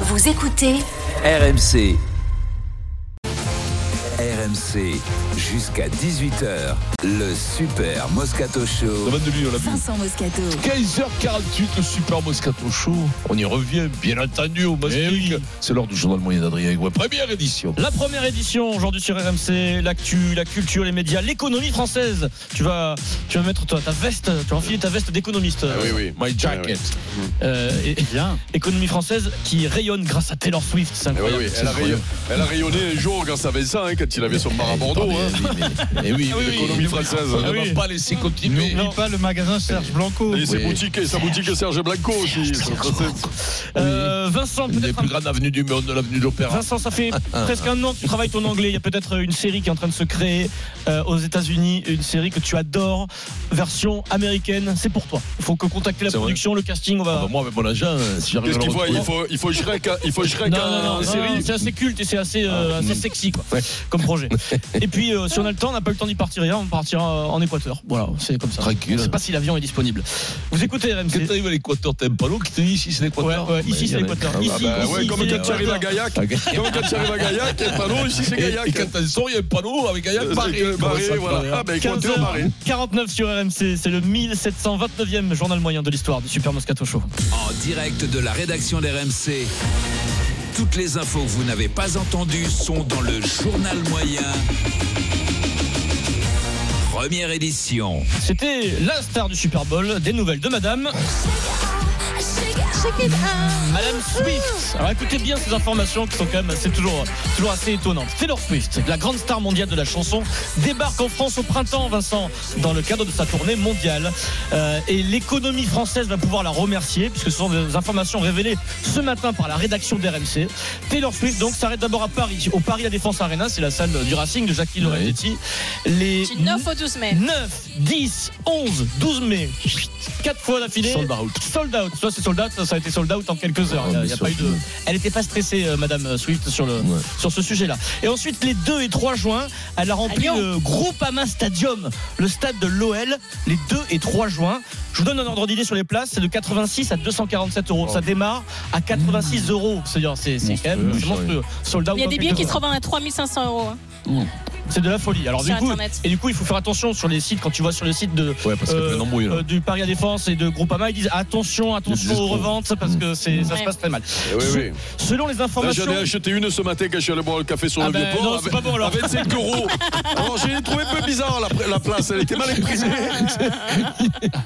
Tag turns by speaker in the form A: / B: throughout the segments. A: Vous écoutez
B: RMC. RMC, jusqu'à 18h, le Super Moscato Show.
C: Ça va de lui, on l'a vu.
A: Vincent Moscato.
C: 15h48, le super Moscato Show. On y revient, bien entendu, au Mastic. C'est l'heure du journal moyen d'Adrien Aigouin. Première édition.
D: La première édition aujourd'hui sur RMC, l'actu, la culture, les médias, l'économie française. Tu vas, tu vas mettre toi, ta veste, tu vas enfiler ta veste d'économiste.
C: Ah
E: oui.
C: My jacket.
D: Euh, et-
F: Bien.
D: économie française qui rayonne grâce à Taylor Swift. C'est
E: Eh oui,
D: incroyable.
E: oui, Elle, a rayon- elle a rayonné un jour grâce à Vincent hein, quand il avait son bar à
D: Ah,
E: Bordeaux. hein.
C: Et Eh oui,
D: oui,
E: L'économie
D: oui.
E: française.
C: on
D: Ah
C: ne
D: oui.
C: va pas laisser continuer.
F: N'oublie pas le magasin Serge Blanco.
E: Et ses
C: Oui.
E: boutiques, sa boutique Serge Blanco aussi. ça, ça, c'est-
D: Euh, Vincent,
C: Une des
D: peut-être un-
C: plus grandes avenues du monde, l'avenue de l'Opéra.
D: Vincent, ça fait presque un an que tu travailles ton anglais. Il y a peut-être une série qui est en train de se créer euh, aux États-Unis, une série que tu adores, version américaine. C'est pour toi. Il faut que contacter la
C: C'est vrai.
D: production, le casting. On
C: Ah bah
D: va.
C: moi, avec mon agent, euh, si j'arrive
E: Qu'est-ce
C: à
E: qu'il
C: le
E: faut
C: retrouver-
E: Il faut, il faut Shrek, hein, il faut Shrek
D: Non,
E: en
D: non, non, non,
E: série.
D: non, c'est assez culte et c'est assez, euh, assez sexy quoi,
C: Ouais.
D: comme projet. Et puis, euh, si on a le temps, on n'a pas le temps d'y partir hier, on partira euh, en Équateur. Voilà, c'est comme ça.
C: Tranquille.
D: On sait pas si l'avion est disponible. Vous écoutez
C: Quand
D: RMC.
C: t'arrives à l'équateur, t'as un panneau qui te dit ici c'est
D: Ouais,
C: l'équateur.
D: ouais, ici c'est l'Équateur.
C: Ah bah,
D: Ici,
E: Ah
D: ici,
E: ouais,
D: c'est
E: comme quand tu
D: l'Équateur.
E: arrives à Gaillac.
C: Ah,
E: Comme quand tu arrives à Gaillac, il y a un panneau, ici c'est
C: Et,
E: Gaillac. hein.
C: et quand t'en sors, il y a un panneau avec Gaillac
E: Euh,
C: barré.
E: barré, voilà. Ah, ben, comptez au barré.
D: 49 sur RMC, c'est le 1729e journal moyen de l'histoire du Super Moscato Show.
B: En direct de la rédaction d'RMC. Toutes les infos que vous n'avez pas entendues sont dans le journal moyen. Première édition.
D: C'était la star du Super Bowl, des nouvelles de madame. Madame Swift. Alors écoutez bien ces informations qui sont quand même c'est toujours, toujours assez étonnantes. Taylor Swift, la grande star mondiale de la chanson, débarque en France au printemps, Vincent, dans le cadre de sa tournée mondiale. Euh, et l'économie française va pouvoir la remercier, puisque ce sont des informations révélées ce matin par la rédaction d'RMC. Taylor Swift donc s'arrête d'abord à Paris, au Paris La Défense Arena, c'est la salle du Racing de Jackie Lorenzetti. Les
G: Du 9 au 12 mai.
D: 9, 10, 11, 12 mai, 4 fois d'affilée.
C: Sold out.
D: Sold out. Ça, c'est sold out. Ça, ça a été sold out en quelques heures.
C: Ah,
D: Il y a-
C: mais
D: il y a
C: sûr
D: pas eu
C: que
D: de-
C: non.
D: Elle n'était pas stressée, euh, Madame Swift, sur, le,
C: Ouais.
D: sur ce sujet-là. Et ensuite, les 2 et 3 juin, elle a rempli
G: À Lyon.
D: le Groupama Stadium, le stade de l'OL, les 2 et 3 juin. Je vous donne un ordre d'idée sur les places. C'est de 86 à 247
C: Oh.
D: euros. Ça démarre à
C: Mmh.
D: 86 euros. C'est-à-dire, c'est c'est quand même
C: Monstrueux,
D: c'est monstrueux. Sold out.
G: Il y a
D: en
G: des
D: quelques
G: billets qui se
D: heures.
G: revendent à 3500 euros. hein.
D: C'est de la folie. Alors, du
G: Sur
D: coup,
G: Internet.
D: et du coup, il faut faire attention sur les sites. Quand tu vois sur le site de
C: Ouais, parce qu'il y a plein d'embrouilles, là.
D: euh, du Paris à Défense et de Groupama, ils disent attention,
C: Il y
D: attention
C: a des
D: aux
C: escrocs.
D: reventes parce que c'est- ça se
G: Ouais.
D: passe très mal.
E: Eh oui, oui.
D: Selon les
E: Là,
D: informations.
E: J'en ai acheté une ce matin quand je suis allé boire le café sur
D: Ah
E: le
D: ben,
E: vieux port.
D: non, c'est pas bon, alors.
E: À 25 euros. Alors j'ai trouvé un peu bizarre la, la place. Elle était mal imprimée.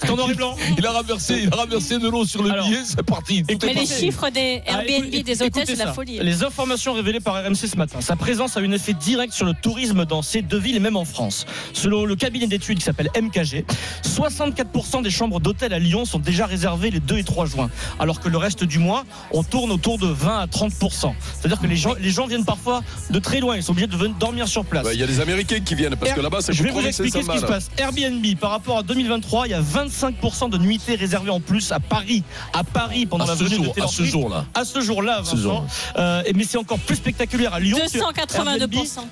D: C'est en noir et blanc.
C: Il a renversé, il a renversé de l'eau sur le
D: Alors,
C: billet, c'est parti. Tout
G: Mais
C: est
G: les
C: parti.
G: chiffres des
D: Ah,
G: Airbnb,
D: écoute-
G: des hôtels,
D: écoutez
G: c'est de la
D: ça.
G: folie. hein.
D: Les informations révélées par RMC ce matin. Sa présence a eu un effet direct sur le tourisme dans ces deux villes et même en France. Selon le cabinet d'études qui s'appelle MKG, 64% des chambres d'hôtel à Lyon sont déjà réservées les 2 et 3 juin. Alors que le reste du mois, on tourne autour de 20 à 30%. C'est-à-dire que les gens, les gens viennent parfois de très loin. Ils sont obligés de venir dormir sur place.
E: Bah, Il y a des Américains qui viennent parce que là-bas, ça
D: Je
E: coûte
D: vais vous
E: 3500
D: expliquer ce qui se
E: balles.
D: passe. Airbnb, par rapport à 2023, il y a 25% de nuitées réservées en plus à Paris. À Paris, pendant
C: À
D: la
C: ce
D: venue de
C: jour, à
D: Taylor
C: ce
D: Swift.
C: jour-là.
D: À ce jour-là,
C: Ce jour.
D: Vincent. Euh, et- mais c'est encore plus spectaculaire à Lyon. que
G: 282%.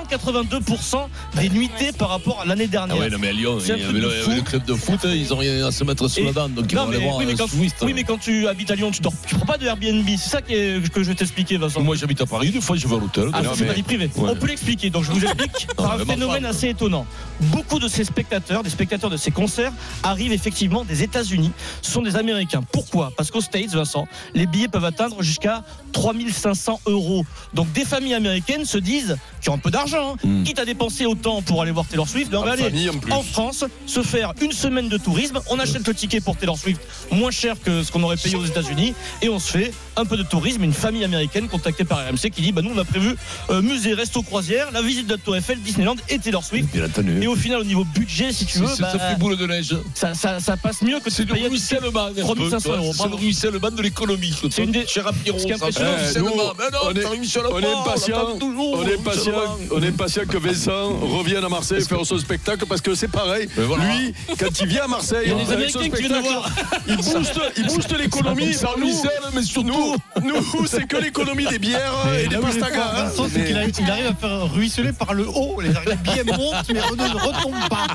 D: Airbnb, 282% des nuitées par rapport à l'année dernière.
C: Ah ouais, non, mais à Lyon, il y
D: C'est un
C: avait
D: truc de
C: le,
D: fou.
C: avec le club de foot, hein, ils ont rien à se mettre sous
D: Et-
C: la dent, donc ils
D: Non,
C: vont aller
D: mais-
C: voir
D: oui, mais
C: un
D: quand,
C: Swift. hein.
D: oui, mais quand tu habites à Lyon, tu dors, tu prends pas de Airbnb. C'est ça qui est- que je vais t'expliquer, Vincent.
C: Moi, j'habite à Paris, des fois, je vais à l'hôtel.
D: Ah,
E: Ah
D: ça,
E: non,
D: c'est
E: mais-
D: ta vie privée.
C: Ouais.
D: On peut l'expliquer. Donc, je vous explique par
C: mais
D: un
C: ma femme-
D: phénomène assez étonnant. Beaucoup de ces spectateurs, des spectateurs de ces concerts, arrivent effectivement des États-Unis. Ce sont des Américains. Pourquoi Parce qu'aux States, Vincent, les billets peuvent atteindre jusqu'à 3500 euros. Donc, des familles américaines se disent qui ont un peu d'argent, hein,
E: Hmm.
D: quitte à dépenser autant pour aller voir Taylor Swift, ben, on
E: En
D: va aller
E: famille, en plus.
D: en France se faire une semaine de tourisme. On achète le ticket pour Taylor Swift moins cher que ce qu'on aurait payé aux États-Unis et on se fait un peu de tourisme. Une famille américaine contactée par RMC qui dit bah, Nous, on a prévu euh, musée, resto, croisière, la visite de la Tour Eiffel, Disneyland et Taylor Swift.
C: Bien entendu.
D: Et au final, au niveau budget, si tu
C: C'est
D: veux,
C: c'est-
D: bah,
C: ça fait boule de neige.
D: ça, ça- ça passe mieux que
C: C'est
D: de
C: du
D: payer
C: ruissellement. un peu,
D: 3500
C: tu vois,
D: euros,
C: C'est
D: bravo.
C: le ruissellement de l'économie.
D: C'est une des-
C: Cher à Pierrot,
D: Ce qui est
C: ça,
D: impressionnant,
C: le
E: c'est-
C: ruissellement.
E: nous,
C: Mais non,
E: on est-
C: t'arrives sur le
E: on est
C: port, on
E: impatients.
C: attend toujours,
E: On est patient,
C: ruissellement.
E: on est patient que Vincent revienne à Marseille faire son spectacle parce que c'est pareil.
C: Mais voilà.
E: Lui, quand il vient à Marseille,
D: Il y a des
E: avec son
D: Américains qui viennent le
E: spectacle,
D: voir.
E: il booste, il booste l'économie.
C: Ça
E: Nous,
C: ruisselle, mais surtout.
E: nous, nous, c'est que l'économie des bières et hein. des
F: Là où il est fort,
E: pastagas.
F: Vincent, c'est qu'il arrive, il arrive à faire ruisseler par le haut. Les billets montent, mais ne retombent pas.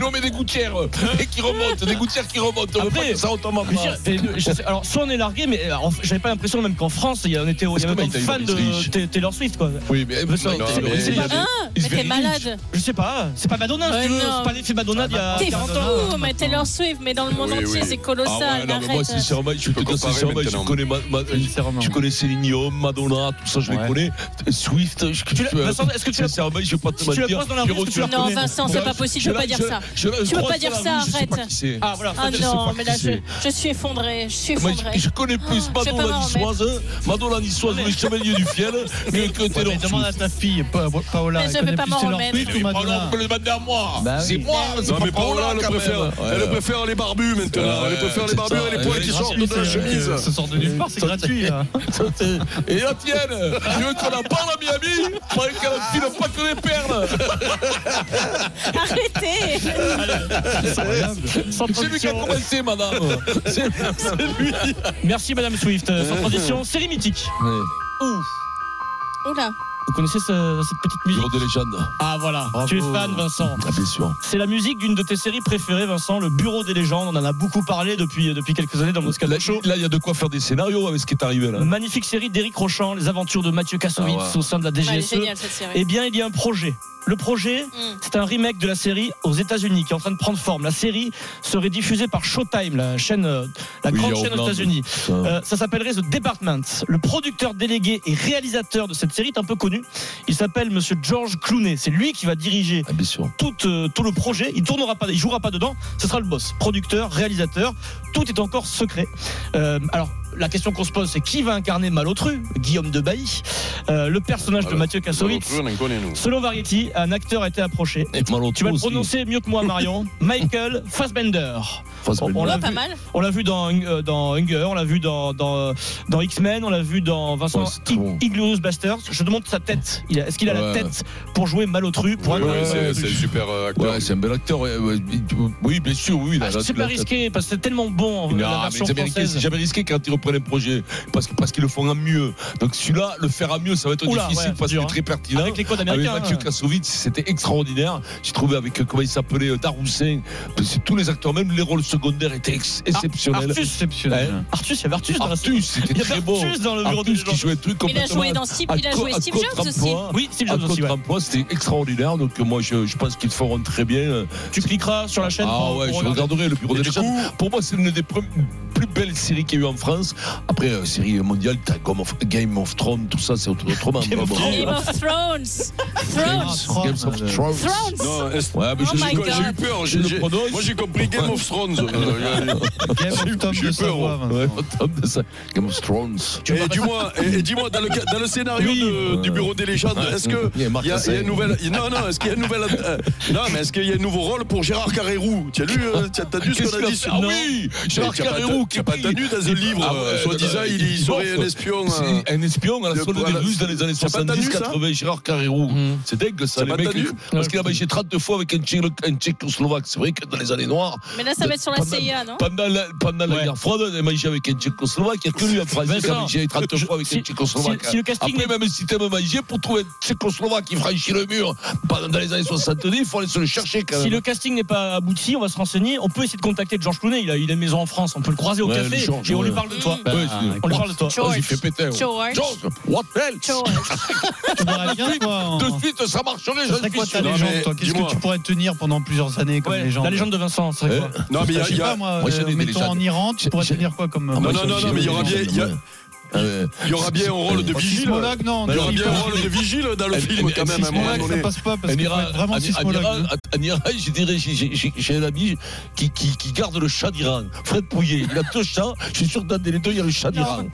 C: Non, mais des gouttières euh, et qui remontent, des gouttières qui remontent. On veut
D: Après,
C: pas que ça, on t'en
D: Mais je veux
C: embrasse.
D: dire, c'est- je sais- alors, soit on est largué, mais alors, j'avais pas l'impression même qu'en France, il y a- on était, il y
C: Parce
D: avait
C: que
D: autant de
C: Mike
D: fans
C: Tyson est riche.
D: de Ta- Taylor Swift, quoi.
C: Oui, mais.
D: Mais ça,
C: Non,
D: c'est-
C: mais-
D: c'est pas-
G: Hein
C: It's
G: Mais
C: very
G: t'es malade.
D: Je sais pas, c'est pas Madonna,
G: Ouais,
D: si tu veux,
G: non.
D: c'est pas l'effet Madonna d'il y a
G: T'es
D: 40 ans.
G: fou, mais Taylor Swift, mais dans le monde
E: Oui,
G: entier,
E: oui.
G: c'est
C: Ah ouais,
G: colossal.
C: non, mais moi,
G: arrête.
C: sincèrement, je peux
E: peux
C: te dire
E: comparer
C: sincèrement, je
E: maintenant.
C: connais, ma, ma-
F: Sincèrement.
C: je connais Céline Dion, Madonna, tout ça, je les
F: Ouais.
C: connais. Swift, je,
D: Tu l'as- Vincent, est-ce que tu l'as-
C: Sincèrement, je vais pas te
D: Si tu la
C: mentir.
D: poses dans la rue,
C: Pierrot,
D: est-ce que tu la
C: la
D: reconnais
G: Non, Vincent, c'est pas possible, je
C: Je
G: peux
C: la-
G: pas dire
C: je-
G: ça.
C: je la
G: Tu peux
C: croise
G: pas dire
C: dans la
G: ça,
C: rue, je sais
G: arrête.
C: pas qui c'est.
D: Ah voilà,
G: Ah
C: je sais
G: non,
C: pas
G: mais
C: qui
G: là,
C: c'est.
G: je, je suis effondrée, je suis
C: Moi,
G: effondrée.
C: je, je connais plus
G: Oh, je vais pas
C: Madonna
G: m'en
C: niçoise, Madonna niçoise, le chevalier du fiel, que, que
F: Ouais,
C: Taylor
F: mais demande à
C: Swift.
F: ta fille, Pa- Paola.
G: Mais je
F: elle
G: vais
F: connaît
G: pas
F: plus
G: m'en
F: Taylor
G: remettre.
F: Swift ou
C: Mais Paola,
F: Madonna
C: vous pouvez le demander à moi.
F: Bah
C: c'est
F: oui.
C: moi, c'est
E: Non,
C: pas
E: mais Paola, elle
C: quand
E: préfère,
C: même. Ouais,
E: elle
C: ouais.
E: préfère les barbus maintenant.
C: Ouais,
E: elle préfère
C: ouais,
E: les barbus
C: c'est
E: et les
C: ça.
E: poils
C: Ouais,
E: qui
C: gratuit,
E: sortent de la chemise.
F: Ça sort de nulle part, c'est gratuit. hein.
C: Et la tienne, tu veux qu'on en parle à Miami Faudrait qu'elle file pas que des perles.
G: Arrêtez
D: sans
C: C'est lui qui a
D: transition.
C: commencé, madame. C'est c'est lui.
D: Merci Madame Swift, Euh, sans transition, série mythique.
G: Oula,
D: Vous connaissez ce- cette petite musique
C: Bureau de légende.
D: Ah voilà, tu es fan Vincent.
C: Ah, bien sûr.
D: C'est la musique d'une de tes séries préférées Vincent, le Bureau des légendes. On en a beaucoup parlé depuis, euh, depuis quelques années dans le Moscato
C: Là,
D: Show.
C: là, il y a de quoi faire des scénarios avec ce qui est arrivé là.
D: Magnifique série d'Éric Rochant, les aventures de Mathieu Kassovitz
C: Ah ouais.
D: au sein de la
G: Ouais, elle est
D: DGSE.
G: géniale cette série.
D: Eh bien, il y a un projet. Le projet,
G: Mm.
D: c'est un remake de la série aux États-Unis qui est en train de prendre forme. La série serait diffusée par Showtime, la chaîne, euh, la
C: Oui,
D: grande
C: en
D: chaîne aux
C: Hollande.
D: États-Unis.
C: Ah.
D: Euh, ça s'appellerait The Department. Le producteur délégué et réalisateur de cette série est un peu connu. Il s'appelle Monsieur George Clooney. C'est lui qui va diriger
C: Ah, bien sûr.
D: tout, euh, tout le projet. Il tournera pas, il jouera pas dedans. Ce sera le boss, producteur, réalisateur. Tout est encore secret. Euh, alors. La question qu'on se pose, c'est qui va incarner Malotru Guillaume de Bailly, euh, le personnage de
E: Voilà.
D: Mathieu Kassovitz. Selon Variety, un acteur a été approché.
C: Et Malotru
D: Tu vas le
C: aussi.
D: prononcer mieux que moi, Marion. Michael Fassbender.
C: Fassbender.
D: on l'a
G: Ah, pas
D: vu.
G: mal.
D: On l'a vu dans, euh, dans Hunger, on l'a vu dans, dans, dans X-Men, on l'a vu dans Vincent
C: Ouais, c'est trop bon.
D: Iglesias Busters. Je demande sa tête. Il a- Est-ce qu'il a la
C: Ouais.
D: tête pour jouer Malotru pour incarner Malotru
E: C'est un super euh, acteur.
C: Ouais, c'est un bel acteur. ouais, ouais. Oui, bien sûr, oui. il a
D: Ah,
C: la-
D: C'est
C: la-
D: pas risqué parce que c'est tellement bon
C: Bah, Non,
D: la
C: mais
D: version
C: les Américains,
D: française.
C: c'est jamais risqué quand ils reprennent un projet. Parce, que- parce qu'ils le font en mieux. Donc celui-là, le faire à mieux, ça va être
D: Oula,
C: difficile
D: ouais,
C: parce
D: dur, hein.
C: qu'il est très pertinent.
D: Avec les codes
C: Avec
D: américains.
C: Ah
D: hein.
C: Mathieu Kassovitz, c'était extraordinaire. J'ai trouvé avec, euh, comment il s'appelait, euh, Daroussin. Parce que Tous les acteurs, même les rôles secondaires étaient ex- exceptionnels.
D: Ah, Artus,
F: Exceptionnel.
D: Artus, il y avait Artus dans la série.
C: Artus, c'était
D: Il y
C: très
D: avait
C: beau.
D: Artus dans le bureau
C: Artus qui jouait un truc
G: Il a
C: complètement.
G: joué dans Steve,
C: à
G: il a
C: co-
G: joué
C: à
G: Steve Jobs aussi.
C: contre-emploi.
D: Oui, Steve
C: À
D: Jobs aussi. ouais.
C: contre-emploi, c'était extraordinaire. Donc, euh, moi, je, je pense qu'ils le feront très bien. euh,
D: Tu cliqueras sur la chaîne.
C: ah
D: pour-
C: ouais,
D: pour
C: je
D: regarder.
C: regarderai le bureau
E: Et
C: des
E: du
C: légendes.
E: coup-
C: Pour moi, c'est l'une des pre- plus belles séries qu'il y a eu en France. Après, euh, série mondiale, t'as Game of, Game of Thrones, tout ça, c'est autre- autrement.
D: Game
C: Bon,
D: of
C: bon.
D: Thrones.
G: Game of Thrones
C: Games,
G: Thrones
F: Thrones.
C: Games of Thrones.
G: Thrones
E: Non, est-
C: Ouais, mais
G: Oh
C: je
G: my
E: j'ai
G: God.
E: j'ai eu peur. j'ai-
C: Je le
E: j'ai-
C: prononce.
E: Moi, j'ai compris Game of Thrones. euh,
F: Game
E: J'ai eu-
F: of Thrones
E: j'ai eu
F: de Savoie,
E: peur,
F: Vincent.
C: Ouais, top de ça. Game of Thrones.
E: Et dis-moi, et- et dis-moi, dans le, ca- dans le scénario
C: Oui.
E: de- du bureau des légendes, est-ce que
C: Il y a Marc
E: il y a, il y a
C: Lassalle.
E: une nouvelle, il- non non, est-ce qu'il y a une nouvelle, euh, non mais est-ce qu'il y a un nouveau rôle pour Gérard Carrérou Tu as lu, euh, t'as t'as lu ce
C: Qu'est-ce
E: qu'on
C: qu'il
E: a
C: a
E: dit
C: fait
E: sur
C: Ah
E: Non.
C: oui Gérard
E: Tu as pas-
C: Carrérou qui
E: tu as pas
C: pris-
E: entendu dans un livre,
C: Ah ouais,
E: euh, soi-disant,
C: non,
E: il, il serait un
C: morfe.
E: espion. euh,
C: C'est un espion à la
E: le-
C: solde des
E: voilà.
C: Russes dans les années
E: T'as pas
C: 70,
E: entendu ça
C: 80, Gérard Carrérou.
D: Mhm.
C: C'est dingue ça,
E: T'as
C: les
E: pas
C: mecs.
E: entendu
C: Parce qu'il a marché 32 fois avec un Tchéco- un tchécoslovaque. C'est vrai que dans les années noires,
G: Mais là, ça va être sur la
C: Pendant-
G: CIA, non
C: Pendant la, pendant la
D: Ouais.
C: guerre froide, on a mangé avec un Tchécoslovaque. Il n'y a que lui en France qui a
D: Vincent,
C: mangé 30
D: je-
C: fois avec
D: si-
C: un Tchécoslovaque.
D: si- si le casting
C: Après, même si t'aimes manger, pour trouver un Tchécoslovaque qui franchit le mur pendant dans les années 70, il faut aller se le chercher quand
D: Si
C: même.
D: le casting n'est pas abouti, on va se renseigner. On peut essayer de contacter Georges Clooney. Il a, il a une maison en France. On peut le croiser au
C: Ouais, le
D: café
C: Georges,
D: et on lui
C: ouais.
D: parle de toi.
G: Mmh.
C: Bah, ouais,
D: On lui parle de toi.
C: on
G: George.
C: s'y fait péter. ouais.
G: George.
C: George, what else
G: George.
F: Tu verrais bien, toi. en-
C: De suite, ça marcherait, je
F: Ça serait
C: suis
F: quoi ta
C: sûr.
E: Non,
F: légende,
E: mais
F: toi Qu'est-ce
E: dis-moi.
F: que tu pourrais tenir pendant plusieurs années comme
D: Ouais,
F: légende
D: la légende de Vincent, c'est
C: Eh,
D: quoi
E: Non mais il y a- il
F: Je sais
E: y
F: pas,
E: a,
F: moi,
C: moi, j'ai
F: euh,
C: des
F: mettons
C: légendes.
F: en Iran, tu
C: J'ai-
F: pourrais
C: j'ai-
F: tenir quoi comme.
C: Ah, moi,
E: non,
C: j'ai-
E: non,
C: j'ai
E: non, mais il y aura
C: des
E: bien-
C: légendes,
E: il y a-
C: ouais. Ah ouais.
E: il y aura bien un rôle de vigile.
F: Sismologue, non.
E: Il y
F: non,
E: aura bien un rôle de vigile dans le
C: Un-
E: film
C: un-
E: quand
C: un
E: même. à un moment
F: Sismologue, ça
E: donné.
F: passe pas parce
C: En
F: qu'il faut
C: Iran,
F: être vraiment
C: en- en Iran,
F: sismologue.
C: en- en Iran, je dirais, j'ai- j'ai j'ai- j'ai un ami qui, qui, qui garde le chat d'Iran, Fred Pouillet. Il a deux chats, je suis sûr que dans les deux, il y a le chat d'Iran.